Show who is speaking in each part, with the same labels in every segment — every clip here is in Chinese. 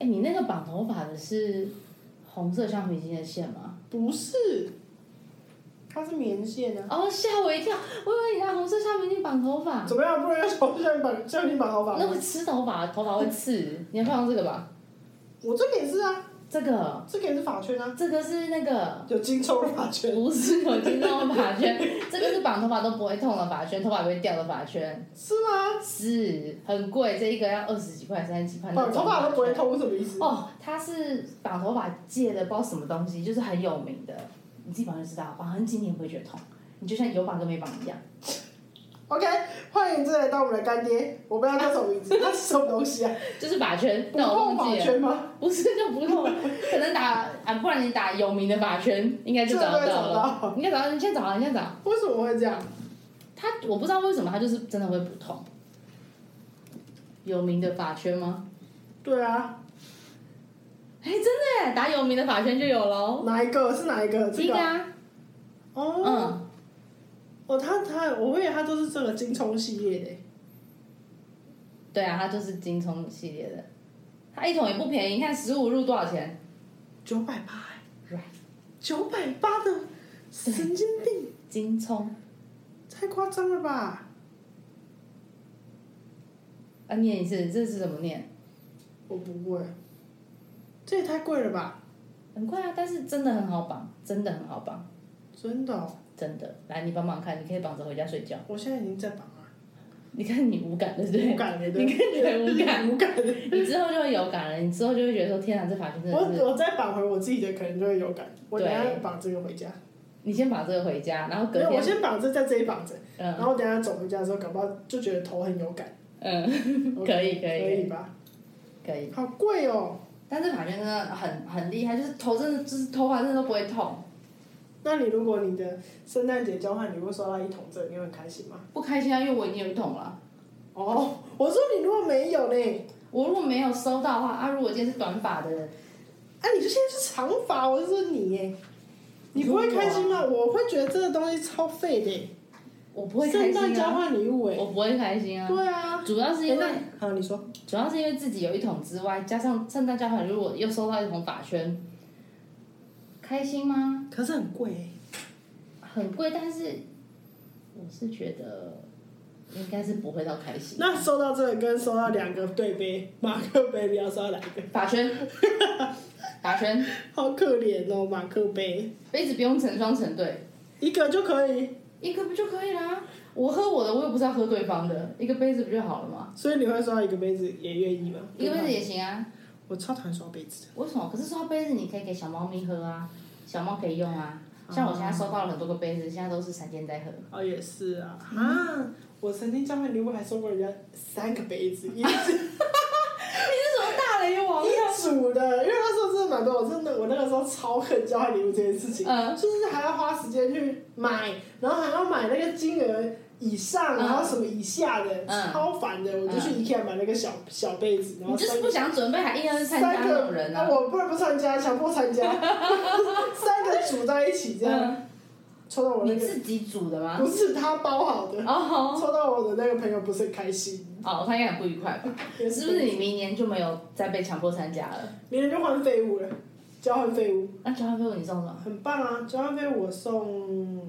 Speaker 1: 哎你那个绑头发的是红色橡皮筋的线吗？
Speaker 2: 不是，它是棉线啊。
Speaker 1: 哦，吓我一跳，我以为你拿红色橡皮筋绑头发，
Speaker 2: 怎么样？不然要小像绑像你绑头发
Speaker 1: 啊那
Speaker 2: 吗？
Speaker 1: 会吃头发，头发会刺。你要放这个吧，
Speaker 2: 我这个也是啊，
Speaker 1: 这个，
Speaker 2: 这个也是法圈啊，
Speaker 1: 这个是那个。
Speaker 2: 有金抽的法圈。
Speaker 1: 不是有金钟的发圈，这个是绑头发都不会痛的发圈，头发不会掉的发圈，
Speaker 2: 是吗？
Speaker 1: 是很贵，这一个要二十几块、三十几块。
Speaker 2: 绑哦头发都不会。痛，什么意思？
Speaker 1: 哦，它是绑头发界的，不知道什么东西，就是很有名的，你自己绑就知道，绑很紧你也不会觉得痛，你就像有绑跟没绑一样。
Speaker 2: OK，欢迎再来到我们的干爹，我不知道叫什么名字，那是什么东西啊？
Speaker 1: 就是把圈，
Speaker 2: 不
Speaker 1: 但我
Speaker 2: 痛
Speaker 1: 忘
Speaker 2: 法
Speaker 1: 记了，
Speaker 2: 圈吗？
Speaker 1: 啊不是就不痛，可能打啊，不然你打有名的法圈，应该就
Speaker 2: 这
Speaker 1: 找
Speaker 2: 个
Speaker 1: 得
Speaker 2: 会
Speaker 1: 到
Speaker 2: 找
Speaker 1: 了。
Speaker 2: 到。
Speaker 1: 你应该找到，你先找到，啊你先找。
Speaker 2: 为什么会这样？
Speaker 1: 它我不知道为什么它就是真的会不痛。有名的法圈吗？
Speaker 2: 对啊，
Speaker 1: 哎，真的耶，打有名的法圈就有喽。
Speaker 2: 哪一个是哪一呃个？这
Speaker 1: 第一个哦
Speaker 2: 个
Speaker 1: 啊，
Speaker 2: 哦
Speaker 1: 嗯，
Speaker 2: 哦，他他，我以为他都是这个金冲系列的。
Speaker 1: 对啊，它就是金葱系列的，它一桶也不便宜，你看十五入多少钱？
Speaker 2: 九百八，九百八的神经病，
Speaker 1: 金葱
Speaker 2: 太夸张了吧？
Speaker 1: 啊，念一次，这是怎么念？
Speaker 2: 我不会，这也太贵了吧？
Speaker 1: 很快啊，但是真的很好绑，真的很好绑，
Speaker 2: 真的哦、
Speaker 1: 真的。来，你帮忙看，你可以绑着回家睡觉。
Speaker 2: 我现在已经在绑了，
Speaker 1: 你看你无感，对不对
Speaker 2: 无？感了，对
Speaker 1: 你
Speaker 2: 不
Speaker 1: 看你很无感，
Speaker 2: 对，无感了。
Speaker 1: 你之后就会有感了，你之后就会觉得说，天哪，这法圈真的是……
Speaker 2: 我我再绑回我自己的，可能就会有感。我等一下绑这个回家，
Speaker 1: 你先把这个回家，然后
Speaker 2: 没
Speaker 1: 隔
Speaker 2: 有，我
Speaker 1: 天，
Speaker 2: 先绑着，在这里绑着，然
Speaker 1: 嗯
Speaker 2: 后等一下走回家的时候，搞不好就觉得头很有感。
Speaker 1: 嗯， 可以可以
Speaker 2: 可以吧？
Speaker 1: 可以。
Speaker 2: 好贵哦。
Speaker 1: 但是法圈真的很很厉害，就是头真的就是头发真的都不会痛，
Speaker 2: 那你如果你的圣诞节交换礼物收到一桶这个，你会很开心吗？
Speaker 1: 不开心啊，因为我已经有一桶了。
Speaker 2: 哦，我说你如果没有呢，
Speaker 1: 我如果没有收到的话，啊，如果今天是短发的人，
Speaker 2: 啊，你就现在是长发，我是说你耶，你不会
Speaker 1: 啊
Speaker 2: 开心吗？我会觉得这个东西超废的耶，
Speaker 1: 我不会开
Speaker 2: 圣
Speaker 1: 心
Speaker 2: 诞交
Speaker 1: 啊，
Speaker 2: 换礼物哎，
Speaker 1: 我不会开心啊。
Speaker 2: 对啊，
Speaker 1: 主要是因为
Speaker 2: 哎那好，你说
Speaker 1: 主要是因为自己有一桶之外，加上圣诞交换，如果又收到一桶法圈，开心吗？
Speaker 2: 可是很贵耶，
Speaker 1: 很贵，但是我是觉得应该是不会到开心。
Speaker 2: 那收到这个跟收到两个对杯马克杯，你要收到哪一个？
Speaker 1: 法圈，法圈，
Speaker 2: 好可怜哦，马克杯
Speaker 1: 杯子不用成双成对，
Speaker 2: 一个就可以，
Speaker 1: 一个不就可以啦？我喝我的，我又不是要喝对方的，一个杯子不就好了吗？
Speaker 2: 所以你会收到一个杯子也愿意吗？
Speaker 1: 一个杯子也行啊。
Speaker 2: 我超讨厌收到杯子的，
Speaker 1: 为什么？可是刷杯子你可以给小猫咪喝啊，小猫可以用啊。像我现在收到了很多个杯子，现在都是三天在 喝。
Speaker 2: 哦也是啊，
Speaker 1: 嗯
Speaker 2: 啊，我曾经交换礼物还收过人家三个杯子，一
Speaker 1: 这什么大雷王啊
Speaker 2: 一组的，因为那时候真的蛮多，我真的我那个时候超恨交换礼物这件事情，
Speaker 1: 嗯
Speaker 2: 就是还要花时间去买，然后还要买那个金额以上，
Speaker 1: 嗯
Speaker 2: 然后什么以下的，
Speaker 1: 嗯
Speaker 2: 超烦的。我就去 IKEA 买那个小小杯子，然
Speaker 1: 你
Speaker 2: 后
Speaker 1: 就是
Speaker 2: 三
Speaker 1: 不想准备，还硬要去参加
Speaker 2: 三
Speaker 1: 那
Speaker 2: 个
Speaker 1: 种人啊？
Speaker 2: 我不能不参加，强 迫参加，三个组在一起这样，
Speaker 1: 嗯，
Speaker 2: 抽到我那
Speaker 1: 你
Speaker 2: 个
Speaker 1: 自己煮的吗
Speaker 2: 不？是他包好的，
Speaker 1: 哦
Speaker 2: 抽到我的那个朋友不是很开心，
Speaker 1: 哦，他应该很不愉快吧？
Speaker 2: 也
Speaker 1: 是不是你明年就没有再被强迫参加了？
Speaker 2: 明天就换废物了，交换废物。
Speaker 1: 那交换费你送什么？
Speaker 2: 很棒啊！交换费我送，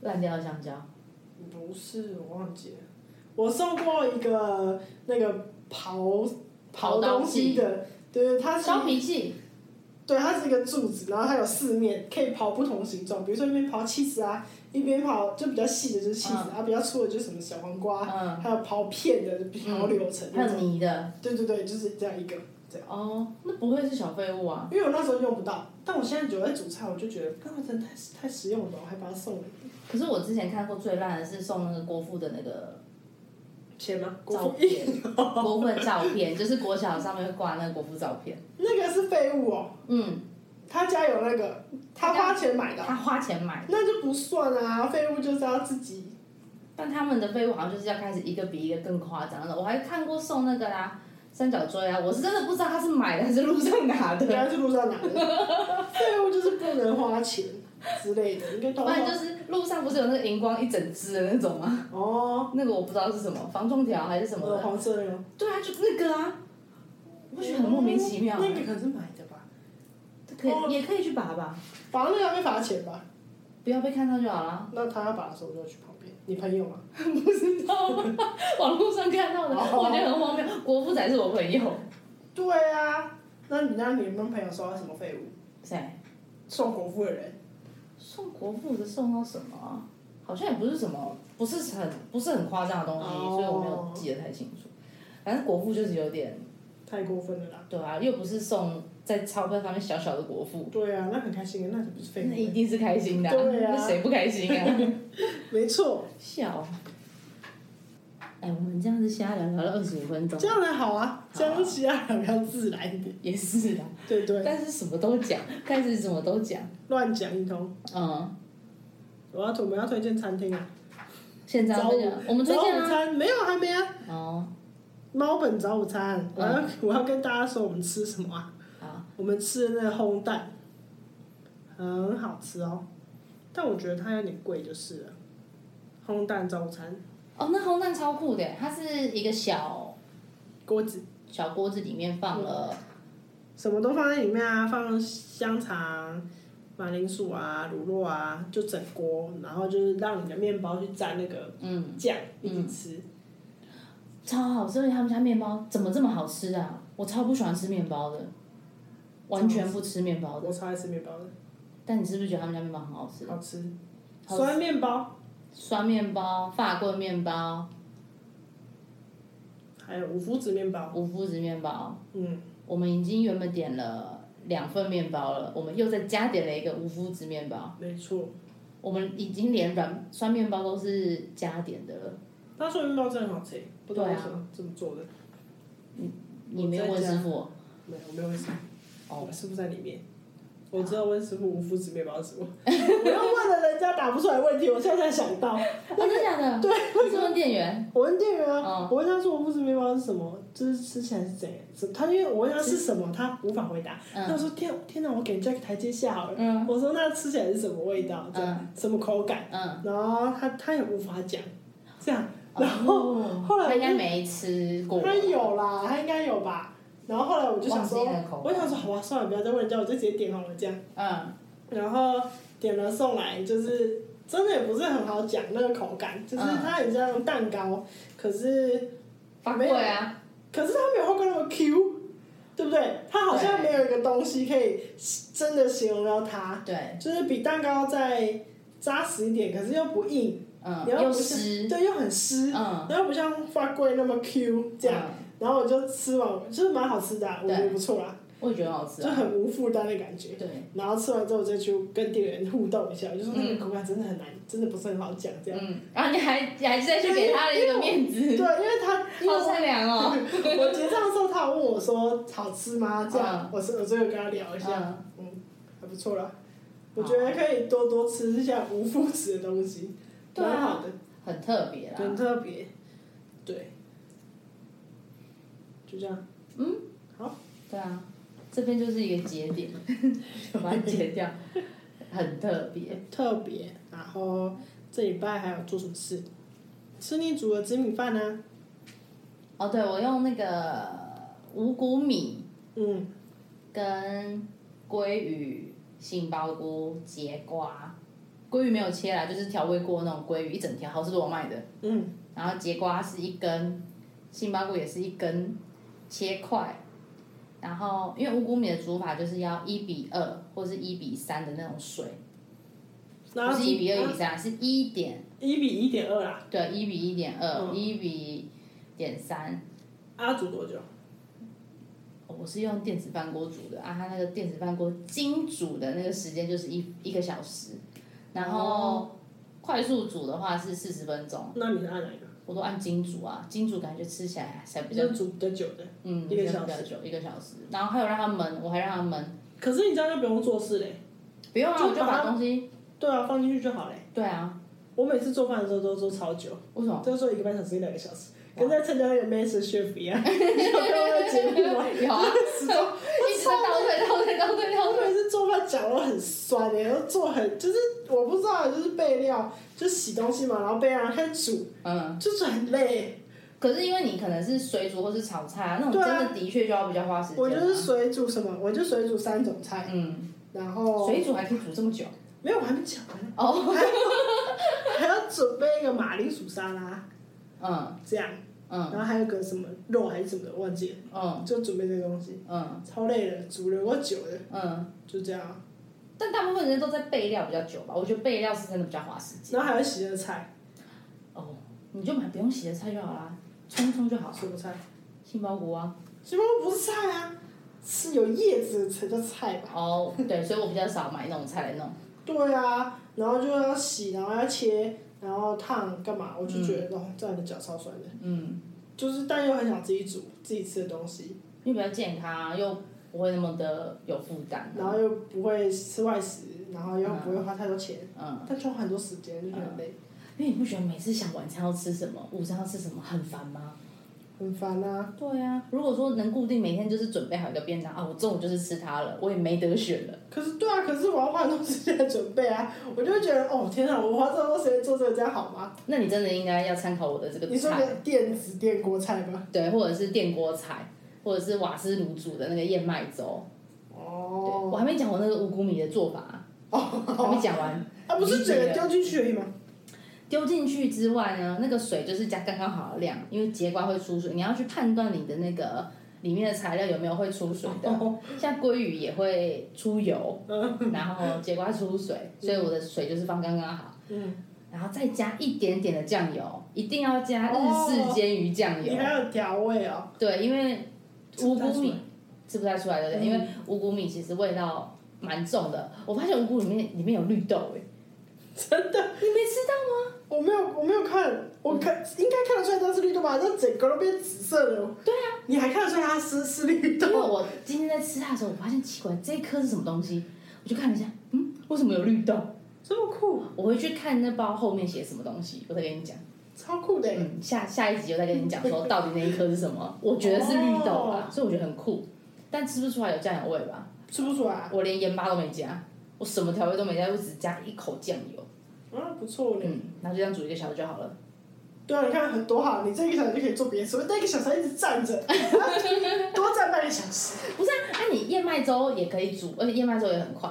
Speaker 1: 烂掉的香蕉。
Speaker 2: 不是我忘记了，我送过一个那个刨刨
Speaker 1: 刨
Speaker 2: 东
Speaker 1: 刀
Speaker 2: 西
Speaker 1: 器
Speaker 2: 的，对，它是
Speaker 1: 烧脾气，
Speaker 2: 对，它是一个柱子，然后它有四面，可以刨不同形状，比如说一边刨 cheese 啊，一边刨就比较细的就是 cheese 啊，比较粗的就是什么小黄瓜，
Speaker 1: 嗯，
Speaker 2: 还有刨片的刨柳橙
Speaker 1: 还
Speaker 2: 那
Speaker 1: 有
Speaker 2: 种，
Speaker 1: 泥的。
Speaker 2: 对对对，就是这样一个。
Speaker 1: 哦，那不会是小废物啊？
Speaker 2: 因为我那时候用不到，但我现在有在煮菜，我就觉得，那真的太太实用了吧，我还把它送了。
Speaker 1: 可是我之前看过最烂的是送那个郭父的那个
Speaker 2: 钱吗？国
Speaker 1: 照
Speaker 2: 父哦
Speaker 1: 片，国父的照片，就是国小上面会挂那个国父照片。
Speaker 2: 那个是废物哦，
Speaker 1: 嗯，
Speaker 2: 他家有那个，他花钱买的，
Speaker 1: 他花钱买，
Speaker 2: 那就不算啊，废物就是要自己。
Speaker 1: 但他们的废物好像就是要开始一个比一个更夸张了。我还看过送那个啦、三角锥啊，我是真的不知道他是买的还是路上拿
Speaker 2: 应
Speaker 1: 的，
Speaker 2: 该是路上拿的，废物就是不能花钱之类的，应该都
Speaker 1: 不然就是路上不是有那个荧光一整只的那种吗？
Speaker 2: 哦，
Speaker 1: 那个我不知道是什么，防撞条还是什么
Speaker 2: 呃，
Speaker 1: 的。
Speaker 2: 黄色那个，
Speaker 1: 对啊，就那个啊，我觉得很莫名其妙、
Speaker 2: 那个可能是买的吧，
Speaker 1: 可以也可以去拔吧，
Speaker 2: 罚那个要被罚钱吧？
Speaker 1: 不要被看到就好 了。
Speaker 2: 那他要拔的时候我就要去旁边，你朋友吗？
Speaker 1: 不知道，网络上看到的，我觉得很荒谬。国父才是我朋友，
Speaker 2: 对啊，那你那你有没有朋友收到什么废物？
Speaker 1: 谁？
Speaker 2: 送国父的人，
Speaker 1: 送国父的送到什么啊、好像也不是什么，不是很不是很夸张的东西
Speaker 2: 哦
Speaker 1: 所以我没有记得太清楚。反正国父就是有点，
Speaker 2: 太过分了啦。
Speaker 1: 对啊，又不是送在钞票上面小小的国父，
Speaker 2: 对啊，那很开心的，那就不是废
Speaker 1: 那
Speaker 2: 物
Speaker 1: 一。定是开心的、
Speaker 2: 对啊
Speaker 1: 那谁不开心啊？
Speaker 2: 没错，
Speaker 1: 笑。哎，我们这样子瞎聊聊了二十五分钟
Speaker 2: 这，样才好啊，这样其他人比较自然一 点。
Speaker 1: 也是啦，
Speaker 2: 对对，
Speaker 1: 但是什么都讲，开始什么都讲，
Speaker 2: 乱讲一通。
Speaker 1: 嗯。
Speaker 2: 我要推我们要推荐餐厅啊，
Speaker 1: 现在要
Speaker 2: 早
Speaker 1: 推荐
Speaker 2: 午
Speaker 1: 啊，我们推荐
Speaker 2: 早午
Speaker 1: 啊。
Speaker 2: 餐没有还没啊，
Speaker 1: 哦，
Speaker 2: 猫本早午餐，我要我要跟大家说我们吃什么啊？
Speaker 1: 嗯好，
Speaker 2: 我们吃的那个烘蛋，很好吃哦，但我觉得它有点贵就是了。烘蛋早午餐，
Speaker 1: 哦，那烘蛋超酷的，它是一个小
Speaker 2: 锅子
Speaker 1: 小锅子里面放了，
Speaker 2: 什么都放在里面啊，放香肠、马铃薯啊、乳酪啊，就整锅，然后就是让你的面包去沾那个
Speaker 1: 嗯，
Speaker 2: 酱一起吃。
Speaker 1: 超好吃。而且他们家面包怎么这么好吃啊？我超不喜欢吃面包的，完全不吃面包的。
Speaker 2: 我超爱吃面包的，
Speaker 1: 但你是不是觉得他们家面包很好吃？
Speaker 2: 好吃。
Speaker 1: 好吃
Speaker 2: 酸面包
Speaker 1: 酸面包、法棍面包、
Speaker 2: 还有五福子面包，
Speaker 1: 无麸质面包。
Speaker 2: 嗯，
Speaker 1: 我们已经原本点了两份面包了，我们又再加点了一个无麸质面包。
Speaker 2: 没错。
Speaker 1: 我们已经连软酸面包都是加点的了。
Speaker 2: 他说面包真的很好吃，不知道
Speaker 1: 对
Speaker 2: 为
Speaker 1: 啊
Speaker 2: 什么这么做的。
Speaker 1: 你没有问师傅哦
Speaker 2: 没有，我没有问师傅，
Speaker 1: 哦
Speaker 2: 我师傅在里面。我知道问师傅无麸子面包是什么， 我又问了人家答不出来问题，我现在才想到。
Speaker 1: 哦真的假的？对，是问店员
Speaker 2: 我问店员啊
Speaker 1: 哦，
Speaker 2: 我问他说我不知面包是什么，就是吃起来是怎样？怎他因为我问他是什么，他无法回答。
Speaker 1: 嗯
Speaker 2: 那我说天天哪，我给 Jack 台阶下好了。
Speaker 1: 嗯
Speaker 2: 我说那吃起来是什么味道？这样什么口感？
Speaker 1: 嗯，
Speaker 2: 然后他他也无法讲，这样。然后
Speaker 1: 哦
Speaker 2: 后来
Speaker 1: 他
Speaker 2: 我
Speaker 1: 应该
Speaker 2: 就
Speaker 1: 没吃过，
Speaker 2: 他有啦，他应该有吧。然后后来我就想说
Speaker 1: 忘记了口，感
Speaker 2: 我想说好吧，算了，不要再问人家，我就直接点好了这样。
Speaker 1: 嗯
Speaker 2: 然后点了送来，就是真的也不是很好讲那个口感，就是
Speaker 1: 嗯
Speaker 2: 它很像蛋糕，可是。
Speaker 1: 法
Speaker 2: 没
Speaker 1: 棍
Speaker 2: 有
Speaker 1: 啊，
Speaker 2: 可是它没有后宫那么 Q，对不对？它好像没有一个东西可以真的形容到它，
Speaker 1: 对，
Speaker 2: 就是比蛋糕再扎实一点，可是又不硬，
Speaker 1: 嗯，
Speaker 2: 然后
Speaker 1: 又
Speaker 2: 不像
Speaker 1: 湿，
Speaker 2: 对，又很湿，
Speaker 1: 嗯，
Speaker 2: 然后不像发桂那么 Q 这样。
Speaker 1: 嗯，
Speaker 2: 然后我就吃完，就是蛮好吃的啊、我觉得
Speaker 1: 对
Speaker 2: 不错啦，
Speaker 1: 我也觉得很好吃
Speaker 2: 就
Speaker 1: 啊，
Speaker 2: 很无负担的感觉。
Speaker 1: 对，
Speaker 2: 然后吃完之后，我再去跟店员互动一下，我就说那个口感真的很难，真的不是很好讲这样。
Speaker 1: 嗯，然后你还你还再去给他了一个面
Speaker 2: 对，因
Speaker 1: 子，
Speaker 2: 为他因为
Speaker 1: 好
Speaker 2: 我
Speaker 1: 善良哦，
Speaker 2: 我结账的时候，他有问我说好吃吗？这样，我是我最后跟他聊一下，
Speaker 1: 嗯，啊
Speaker 2: 还不错啦。我觉得可以多多吃一下无麸质的东西，
Speaker 1: 对啊啊
Speaker 2: 蛮好的，
Speaker 1: 很特别啦，
Speaker 2: 很特别。对，就这样。
Speaker 1: 嗯对啊，这边就是一个节点，把它截掉，很特别，
Speaker 2: 特别。然后这礼拜还有做什么事？吃你煮的紫米饭啊呢、
Speaker 1: 哦，对我用那个五谷米。
Speaker 2: 嗯，
Speaker 1: 跟鲑鱼、杏鲍菇、节瓜。鲑鱼没有切啦，就是调味过那种鲑鱼，一整条，好是裸卖的。
Speaker 2: 嗯。
Speaker 1: 然后节瓜是一根，杏鲍菇也是一根，切块。然后因为五谷米的煮法就是要一比二或是一比三的那种水，
Speaker 2: 然后
Speaker 1: 不是一比二、一比
Speaker 2: 一
Speaker 1: 三，是一点
Speaker 2: 比一点二啦。
Speaker 1: 对，一比一点二，
Speaker 2: 嗯
Speaker 1: 一比点三。
Speaker 2: 啊，煮多久？
Speaker 1: 哦我是用电子饭锅煮的啊，它那个电子饭锅精煮的那个时间就是一一个小时，然后
Speaker 2: 哦
Speaker 1: 快速煮的话是四十分钟，
Speaker 2: 那你是按哪一个？
Speaker 1: 我都按精煮啊，精煮感觉吃起来才比
Speaker 2: 你
Speaker 1: 较
Speaker 2: 就煮比较久的。
Speaker 1: 嗯
Speaker 2: 一个小时
Speaker 1: 比较久，一个小时，然后还有让它焖，我还让它焖，
Speaker 2: 可是你这样就不用做事嘞。
Speaker 1: 不用啊，
Speaker 2: 就
Speaker 1: 我就
Speaker 2: 把它
Speaker 1: 把东西
Speaker 2: 对啊，放进去就好嘞。
Speaker 1: 对啊，
Speaker 2: 我每次做饭的时候都做超久，
Speaker 1: 为什 么？
Speaker 2: 都做一个半小时、一两个小时，跟在参加那个 Master Chef 一样。你有看过那个节目吗？
Speaker 1: 有啊，
Speaker 2: 始终
Speaker 1: 一直在倒退倒退倒退倒
Speaker 2: 我
Speaker 1: 退，
Speaker 2: 每次做饭脚都很酸耶，都做很就是我不知道，就是备料，就洗东西嘛，然后备料开始煮，
Speaker 1: 嗯，
Speaker 2: 就是很累。
Speaker 1: 可是因为你可能是水煮或是炒菜啊，那种
Speaker 2: 对
Speaker 1: 真
Speaker 2: 啊
Speaker 1: 的的确就要比较花时间、啊。
Speaker 2: 我就是水煮什么，我就水煮三种菜，
Speaker 1: 嗯，
Speaker 2: 然后
Speaker 1: 水煮还可以煮这么久
Speaker 2: 没有，我还没讲完，
Speaker 1: 哦，
Speaker 2: 还要准备一个马铃薯沙拉，
Speaker 1: 嗯
Speaker 2: 这样，
Speaker 1: 嗯
Speaker 2: 然后还有个什么肉还是什么的，忘记了，
Speaker 1: 嗯
Speaker 2: 就准备这个东西，
Speaker 1: 嗯
Speaker 2: 超累的，煮了我久的，
Speaker 1: 嗯，
Speaker 2: 就这样，
Speaker 1: 但大部分人都在备料比较久吧，我觉得备料是真的比较花时间。
Speaker 2: 然后还要洗的菜，
Speaker 1: 哦，你就买不用洗的菜就好啦，冲一冲就好了。
Speaker 2: 什么菜？
Speaker 1: 杏鲍菇啊，
Speaker 2: 西瓜不是菜啊，是有叶子才叫菜吧？
Speaker 1: 哦，对，所以我比较少买那种菜来弄。
Speaker 2: 对啊，然后就要洗，然后要切，然后烫干嘛？我就觉得、哦，这样的脚超酸的，
Speaker 1: 嗯，
Speaker 2: 就是但又很想自己煮自己吃的东西，
Speaker 1: 又比较健康，啊又不会那么的有负担。啊
Speaker 2: 然后又不会吃外食，然后又不会花太多钱，
Speaker 1: 嗯，
Speaker 2: 但就花很多时间，就觉得很累，
Speaker 1: 因为你不觉得每次想晚餐要吃什么，午餐要吃什么很烦吗？
Speaker 2: 很烦啊。
Speaker 1: 对啊，如果说能固定每天就是准备好一个便当啊，我中午就是吃它了，我也没得选了。
Speaker 2: 可是对啊，可是我要花很多时间来准备啊，我就会觉得哦天哪，我花这么多时间做这个，这样好吗？
Speaker 1: 那你真的应该要参考我的这个
Speaker 2: 你说
Speaker 1: 菜，
Speaker 2: 的电子电锅菜吗？
Speaker 1: 对，或者是电锅菜，或者是瓦斯炉煮的那个燕麦粥。对，我
Speaker 2: 哦，
Speaker 1: 还没讲我那个五谷米的做法，啊还没讲完。
Speaker 2: 啊不是整个丢进去而已吗？
Speaker 1: 丢进去之外呢，那个水就是加刚刚好的量，因为节瓜会出水，你要去判断你的那个里面的材料有没有会出水的。
Speaker 2: 哦
Speaker 1: 像鲑鱼也会出油，
Speaker 2: 嗯
Speaker 1: 然后节瓜出水，所以我的水就是放刚刚好，
Speaker 2: 嗯，
Speaker 1: 然后再加一点点的酱油，一定要加日式煎鱼酱油
Speaker 2: 哦嗯你。还有调味哦。
Speaker 1: 对，因为
Speaker 2: 吃
Speaker 1: 五
Speaker 2: 不太
Speaker 1: 谷
Speaker 2: 出来
Speaker 1: 米吃不太出来，对不对？因为五谷米其实味道蛮重的，我发现五谷里面里面有绿豆哎、
Speaker 2: 真的，
Speaker 1: 你没吃到吗？
Speaker 2: 我没有，我没有看，我看应该看得出来它是绿豆吧？但整个都变紫色了。对啊，你还看得出来它是是绿
Speaker 1: 因为
Speaker 2: 豆？
Speaker 1: 我今天在吃它的时候，我发现奇怪，这一颗是什么东西？我就看了一下，嗯，为什么有绿豆？
Speaker 2: 这么酷，
Speaker 1: 我回去看那包后面写什么东西，我再跟你讲。
Speaker 2: 超酷的耶！欸
Speaker 1: 嗯，下下一集就再跟你讲说到底那一颗是什 么。我觉得是绿豆吧，所以我觉得很酷，但吃不出来有酱油味吧？
Speaker 2: 吃不出来啊，
Speaker 1: 我连盐巴都没加，我什么调味都没加，我只加一口酱油。
Speaker 2: 啊不错嘞。
Speaker 1: 嗯，然后就这样煮一个小时就好了。
Speaker 2: 对啊，你看很多好，你这一个小时就可以做别的事，我那一个小时还一直站 着，然后多站半个小时。
Speaker 1: 不是啊，啊你燕麦粥也可以煮，而且燕麦粥也很快，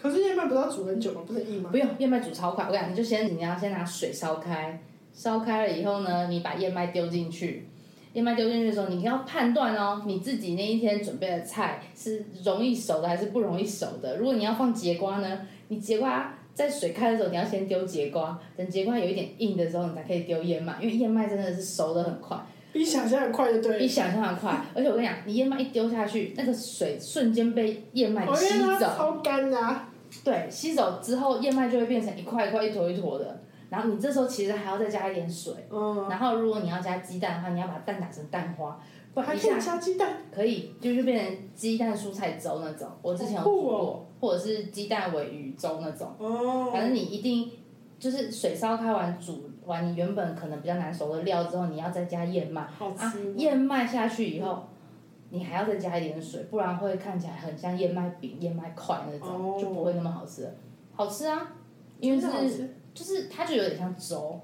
Speaker 2: 可是燕麦不是要煮很久吗？不是很硬吗？
Speaker 1: 不用燕麦煮超快。我跟你讲，你就先你要先拿水烧开，烧开了以后呢，你把燕麦丢进去。燕麦丢进去的时候，你要判断哦，你自己那一天准备的菜是容易熟的还是不容易熟的。如果你要放节瓜呢，你节瓜在水开的时候，你要先丢节瓜，等节瓜有一点硬的时候，你才可以丢燕麦，因为燕麦真的是熟的很快。
Speaker 2: 比想象的快就对
Speaker 1: 比
Speaker 2: 了。
Speaker 1: 想象的 快，而且我跟你讲，你燕麦一丢下去，那个水瞬间被燕麦
Speaker 2: 我
Speaker 1: 吸
Speaker 2: 因为它
Speaker 1: 走，
Speaker 2: 超干的啊，
Speaker 1: 对，吸走之后，燕麦就会变成一块一块、一坨一坨的。然后你这时候其实还要再加一点水，
Speaker 2: 嗯，
Speaker 1: 然后如果你要加鸡蛋的话，你要把蛋打成蛋花，不然
Speaker 2: 还
Speaker 1: 一
Speaker 2: 可
Speaker 1: 下
Speaker 2: 以加鸡蛋，
Speaker 1: 可以就是变成鸡蛋蔬菜粥那种。我之前有
Speaker 2: 好酷
Speaker 1: 煮
Speaker 2: 哦
Speaker 1: 过，或者是鸡蛋尾鱼粥那种。
Speaker 2: 哦，
Speaker 1: 反正你一定就是水烧开完煮完，你原本可能比较难熟的料之后，你要再加燕麦
Speaker 2: 好吃
Speaker 1: 啊
Speaker 2: 吗，
Speaker 1: 燕麦下去以后，你还要再加一点水，不然会看起来很像燕麦饼、燕麦块那种，
Speaker 2: 哦
Speaker 1: 就不会那么好吃了。好吃啊，因为
Speaker 2: 真的好
Speaker 1: 是
Speaker 2: 吃
Speaker 1: 就是它就有点像粥，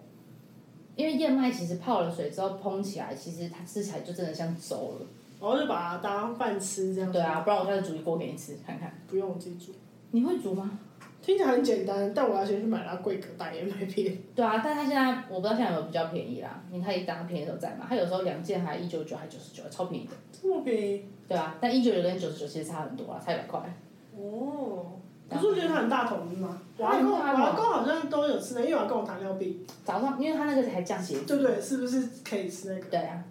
Speaker 1: 因为燕麦其实泡了水之后烹起来，其实它吃起来就真的像粥了。
Speaker 2: 然后就把它当饭吃这样。
Speaker 1: 对啊，，不然我现在煮一锅给你吃看看。
Speaker 2: 不用我自己煮。
Speaker 1: 你会煮吗？
Speaker 2: 听起来很简单，但我要先去买它贵格大燕麦片，
Speaker 1: 对啊，但它现在我不知道现在有没有比较便宜啦。你可以当便宜的时候再买，它有时候两件还一九九还九十九，超便宜的。
Speaker 2: 这么便宜
Speaker 1: 对啊，但一九九跟九十九其实差很多啦，差一百块。
Speaker 2: 哦。可是我觉得它很大桶是吗？我阿公，我
Speaker 1: 它很大桶
Speaker 2: 阿公好像都有吃那个，因为我阿公有糖尿病，
Speaker 1: 早上因为它那个还降血脂。
Speaker 2: 对不对？是不是可以吃那个？
Speaker 1: 对啊，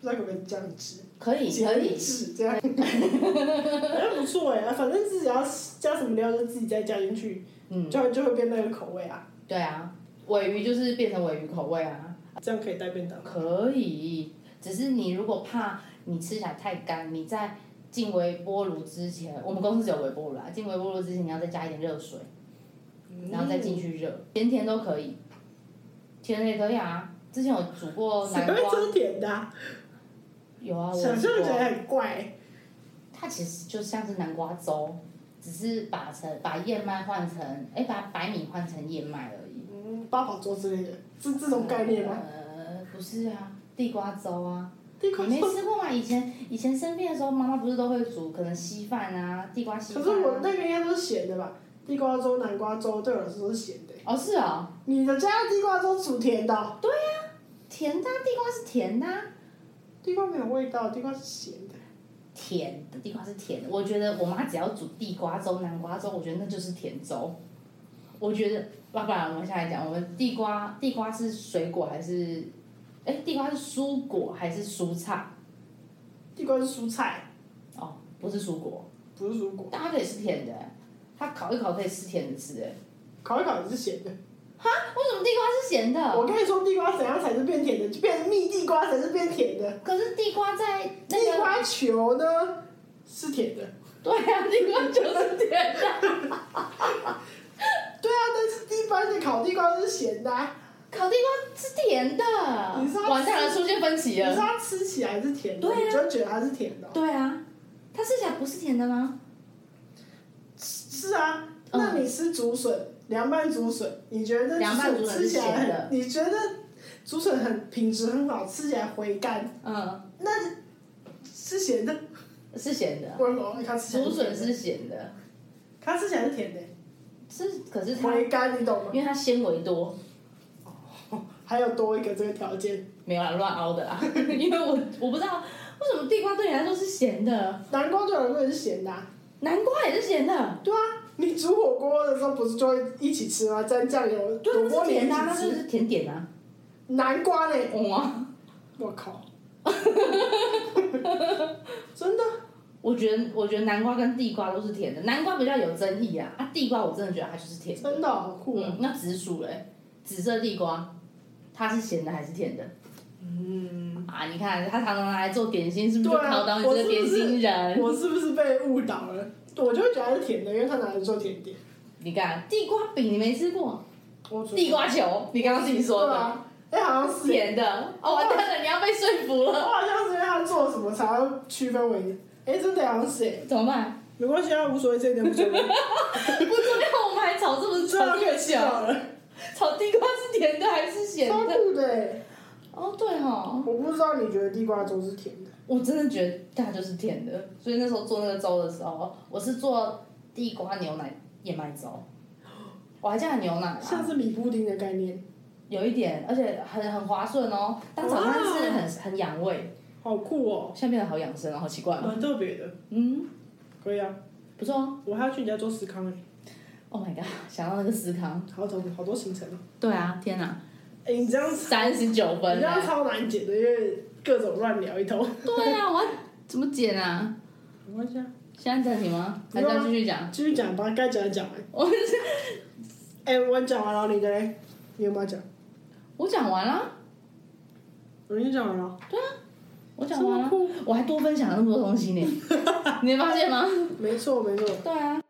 Speaker 2: 不知道可不可以降脂？
Speaker 1: 可以可
Speaker 2: 减
Speaker 1: 以。
Speaker 2: 脂这样， 好像不错哎、反正自己要加什么料就自己再加进去，
Speaker 1: 嗯，
Speaker 2: 就会就会变那个口味啊。
Speaker 1: 对啊，尾鱼就是变成尾鱼口味啊，
Speaker 2: 这样可以带便当。
Speaker 1: 可以。只是你如果怕你吃起来太干，你在进微波炉之前，我们公司只有微波炉啊啦，进微波炉之前你要再加一点热水。然后再进
Speaker 2: 去。
Speaker 1: 去热，甜甜都可以，甜的也可以啊。之前有煮过
Speaker 2: 谁
Speaker 1: 南
Speaker 2: 会
Speaker 1: 瓜，
Speaker 2: 吃甜的、啊？
Speaker 1: 有啊，我有
Speaker 2: 想
Speaker 1: 煮
Speaker 2: 象起
Speaker 1: 过。
Speaker 2: 来很怪、
Speaker 1: 它其实就像是南瓜粥，只是把成把燕麦换成，哎，把白米换成燕麦而已。
Speaker 2: 嗯，八宝粥之类的，是这种概念吗？
Speaker 1: 呃，不是啊，地瓜粥啊。
Speaker 2: 地瓜
Speaker 1: 你没
Speaker 2: 粥。
Speaker 1: 吃过吗？以前以前生病的时候，妈妈不是都会煮可能稀饭啊，地瓜稀
Speaker 2: 可
Speaker 1: 饭、
Speaker 2: 是我
Speaker 1: 啊。
Speaker 2: 那个应该都是咸的吧？地瓜粥、南瓜粥对我来说都是咸的。
Speaker 1: 哦，是哦，
Speaker 2: 你的家的地瓜粥煮甜的哦、
Speaker 1: 甜的啊、地瓜是甜的啊、
Speaker 2: 地瓜没有味道，地瓜是咸的。
Speaker 1: 甜的地瓜是甜的。我觉得我妈只要煮地瓜粥、南瓜粥，我觉得那就是甜粥。我觉得，要不然我们下来讲，我们地瓜地瓜是水果还是？哎，地瓜是蔬果还是蔬菜？
Speaker 2: 地瓜是蔬菜，
Speaker 1: 哦，不是蔬果，
Speaker 2: 不是蔬果。
Speaker 1: 但它可以吃甜的，它烤一烤可以吃甜的吃。哎，
Speaker 2: 烤一烤也是咸的。
Speaker 1: 为什么地瓜是咸的？
Speaker 2: 我跟你说，地瓜怎样才是变甜的？就变蜜地瓜才是变甜的。
Speaker 1: 可是地瓜在那
Speaker 2: 地
Speaker 1: 个，
Speaker 2: 瓜球呢是甜的，
Speaker 1: 对啊，地瓜就是甜的。
Speaker 2: 对啊，但是一般的烤地瓜是咸的、啊，
Speaker 1: 烤地瓜是甜的
Speaker 2: 你是要，吃
Speaker 1: 完蛋了，出现分
Speaker 2: 你
Speaker 1: 歧
Speaker 2: 知
Speaker 1: 了。
Speaker 2: 道它吃起来是甜的，
Speaker 1: 对啊
Speaker 2: 你就觉得它是甜的哦、
Speaker 1: 对啊，它吃起来不是甜的吗？
Speaker 2: 是啊，那你吃竹笋，凉拌竹笋，你觉得
Speaker 1: 嗯凉拌
Speaker 2: 竹
Speaker 1: 竹
Speaker 2: 笋
Speaker 1: 笋
Speaker 2: 吃起来
Speaker 1: 是咸的
Speaker 2: 很，你觉得竹笋很品质很好，吃起来回甘，
Speaker 1: 嗯，
Speaker 2: 那是咸的，
Speaker 1: 是咸的。
Speaker 2: 为什么它吃起来
Speaker 1: 竹笋
Speaker 2: 甜的
Speaker 1: 是咸的，
Speaker 2: 它吃起来是甜的，
Speaker 1: 是可是它
Speaker 2: 回甘，你懂吗？
Speaker 1: 因为它纤维多，
Speaker 2: 还有多一个这个条件，
Speaker 1: 没有啦，乱熬的啦。 因为我我不知道为什么地瓜对你来说是咸的，
Speaker 2: 南瓜对我来说也是咸的、啊。
Speaker 1: 南瓜也是咸的，
Speaker 2: 对啊，你煮火锅的时候不是就会一起吃吗？沾酱油，
Speaker 1: 对它
Speaker 2: 火，锅
Speaker 1: 是
Speaker 2: 你
Speaker 1: 甜
Speaker 2: 也一
Speaker 1: 的啊，它就
Speaker 2: 起吃。
Speaker 1: 是甜点啊。
Speaker 2: 南瓜呢？
Speaker 1: 哇，
Speaker 2: 我靠！真的，
Speaker 1: 我觉得我觉得南瓜跟地瓜都是甜的，南瓜比较有争议啊，啊，地瓜我真的觉得它就是甜的。
Speaker 2: 真的好酷哦！
Speaker 1: 嗯，那紫薯嘞，紫色地瓜，它是咸的还是甜的？
Speaker 2: 嗯，
Speaker 1: 啊，你看他常常拿来做点心，是不是
Speaker 2: 对
Speaker 1: 就
Speaker 2: 啊
Speaker 1: 考倒你这个点心人？
Speaker 2: 我是不是被误导了？我就会觉得它是甜的，因为它拿来做甜点。
Speaker 1: 你看地瓜饼你没吃过，
Speaker 2: 我煮
Speaker 1: 地瓜球你刚刚自己说
Speaker 2: 对
Speaker 1: 的，
Speaker 2: 啊，哎，好像是。
Speaker 1: 甜的，哦完蛋了，你要被说服
Speaker 2: 我
Speaker 1: 了，
Speaker 2: 好像是因为它做什么才要区分为，哎，真的好像是哎。
Speaker 1: 怎么办？
Speaker 2: 没关系啊，无所谓，这一点不重要。
Speaker 1: 不重要，我们还吵这么
Speaker 2: 虽然
Speaker 1: 吵
Speaker 2: 啊可
Speaker 1: 这
Speaker 2: 以
Speaker 1: 么
Speaker 2: 吃好
Speaker 1: 久，
Speaker 2: 了，
Speaker 1: 吵地瓜是甜的还是咸
Speaker 2: 超
Speaker 1: 的？
Speaker 2: 酷的哎！
Speaker 1: 哦对哦，
Speaker 2: 我不知道你觉得地瓜粥是甜的。
Speaker 1: 我真的觉得它就是甜的，所以那时候做那个粥的时候，我是做地瓜牛奶燕麦粥，我还加了牛奶啦。
Speaker 2: 像是米布丁的概念，
Speaker 1: 有一点，而且很很划算哦，当早餐吃很很养胃，
Speaker 2: 好酷哦，
Speaker 1: 现在变得好养生哦，好奇怪哦。
Speaker 2: 蛮特别的。
Speaker 1: 嗯，
Speaker 2: 可以啊，
Speaker 1: 不错哦。
Speaker 2: 我还要去你家做司康哎、
Speaker 1: Oh my god，想到那个思康。
Speaker 2: 好多好多行程哦。
Speaker 1: 对啊，天哪，
Speaker 2: 哎、你这样子，
Speaker 1: 三十九
Speaker 2: 你
Speaker 1: 分
Speaker 2: 这样
Speaker 1: 啊。
Speaker 2: 超难解的，因为各种乱聊一通。
Speaker 1: 对啊，我要怎么剪啊？
Speaker 2: 没关系啊，
Speaker 1: 现在暂停吗？
Speaker 2: 不
Speaker 1: 还
Speaker 2: 用
Speaker 1: 是
Speaker 2: 啊
Speaker 1: 要继续讲？
Speaker 2: 继续讲吧，该讲的讲完。
Speaker 1: 我
Speaker 2: 哎、我讲完了，你的嘞？你有没有讲？
Speaker 1: 我讲完了，
Speaker 2: 我已经讲完了。
Speaker 1: 我讲完
Speaker 2: 这么
Speaker 1: 了
Speaker 2: 酷，
Speaker 1: 我还多分享了那么多东西呢，你没发现吗？
Speaker 2: 没错没错，
Speaker 1: 对啊，